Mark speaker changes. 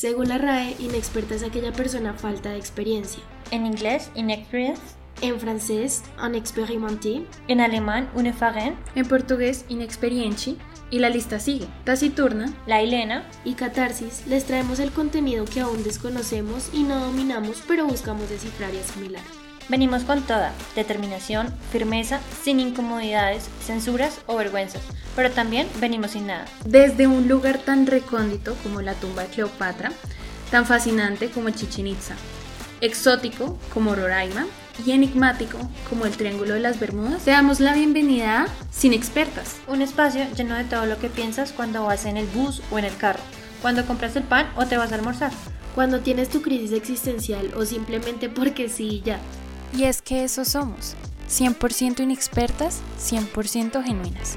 Speaker 1: Según la RAE, inexperta es aquella persona falta de experiencia.
Speaker 2: En inglés, inexperienced.
Speaker 1: En francés, inexpérimenté.
Speaker 2: En alemán, unerfahren.
Speaker 3: En portugués, inexperienci. Y la lista sigue. Taciturna,
Speaker 2: La Elena,
Speaker 1: Y Catarsis les traemos el contenido que aún desconocemos y no dominamos, pero buscamos descifrar y asimilar.
Speaker 2: venimos con toda, determinación, firmeza, sin incomodidades, censuras o vergüenzas, pero también venimos sin nada.
Speaker 3: desde un lugar tan recóndito como la tumba de Cleopatra, tan fascinante como Chichen Itza, exótico como Roraima y enigmático como el Triángulo de las Bermudas, te damos la bienvenida a Sin Expertas.
Speaker 2: Un espacio lleno de todo lo que piensas cuando vas en el bus o en el carro, cuando compras el pan o te vas a almorzar.
Speaker 1: Cuando tienes tu crisis existencial o simplemente porque sí y ya.
Speaker 4: Y es que eso somos, 100% inexpertas, 100% genuinas.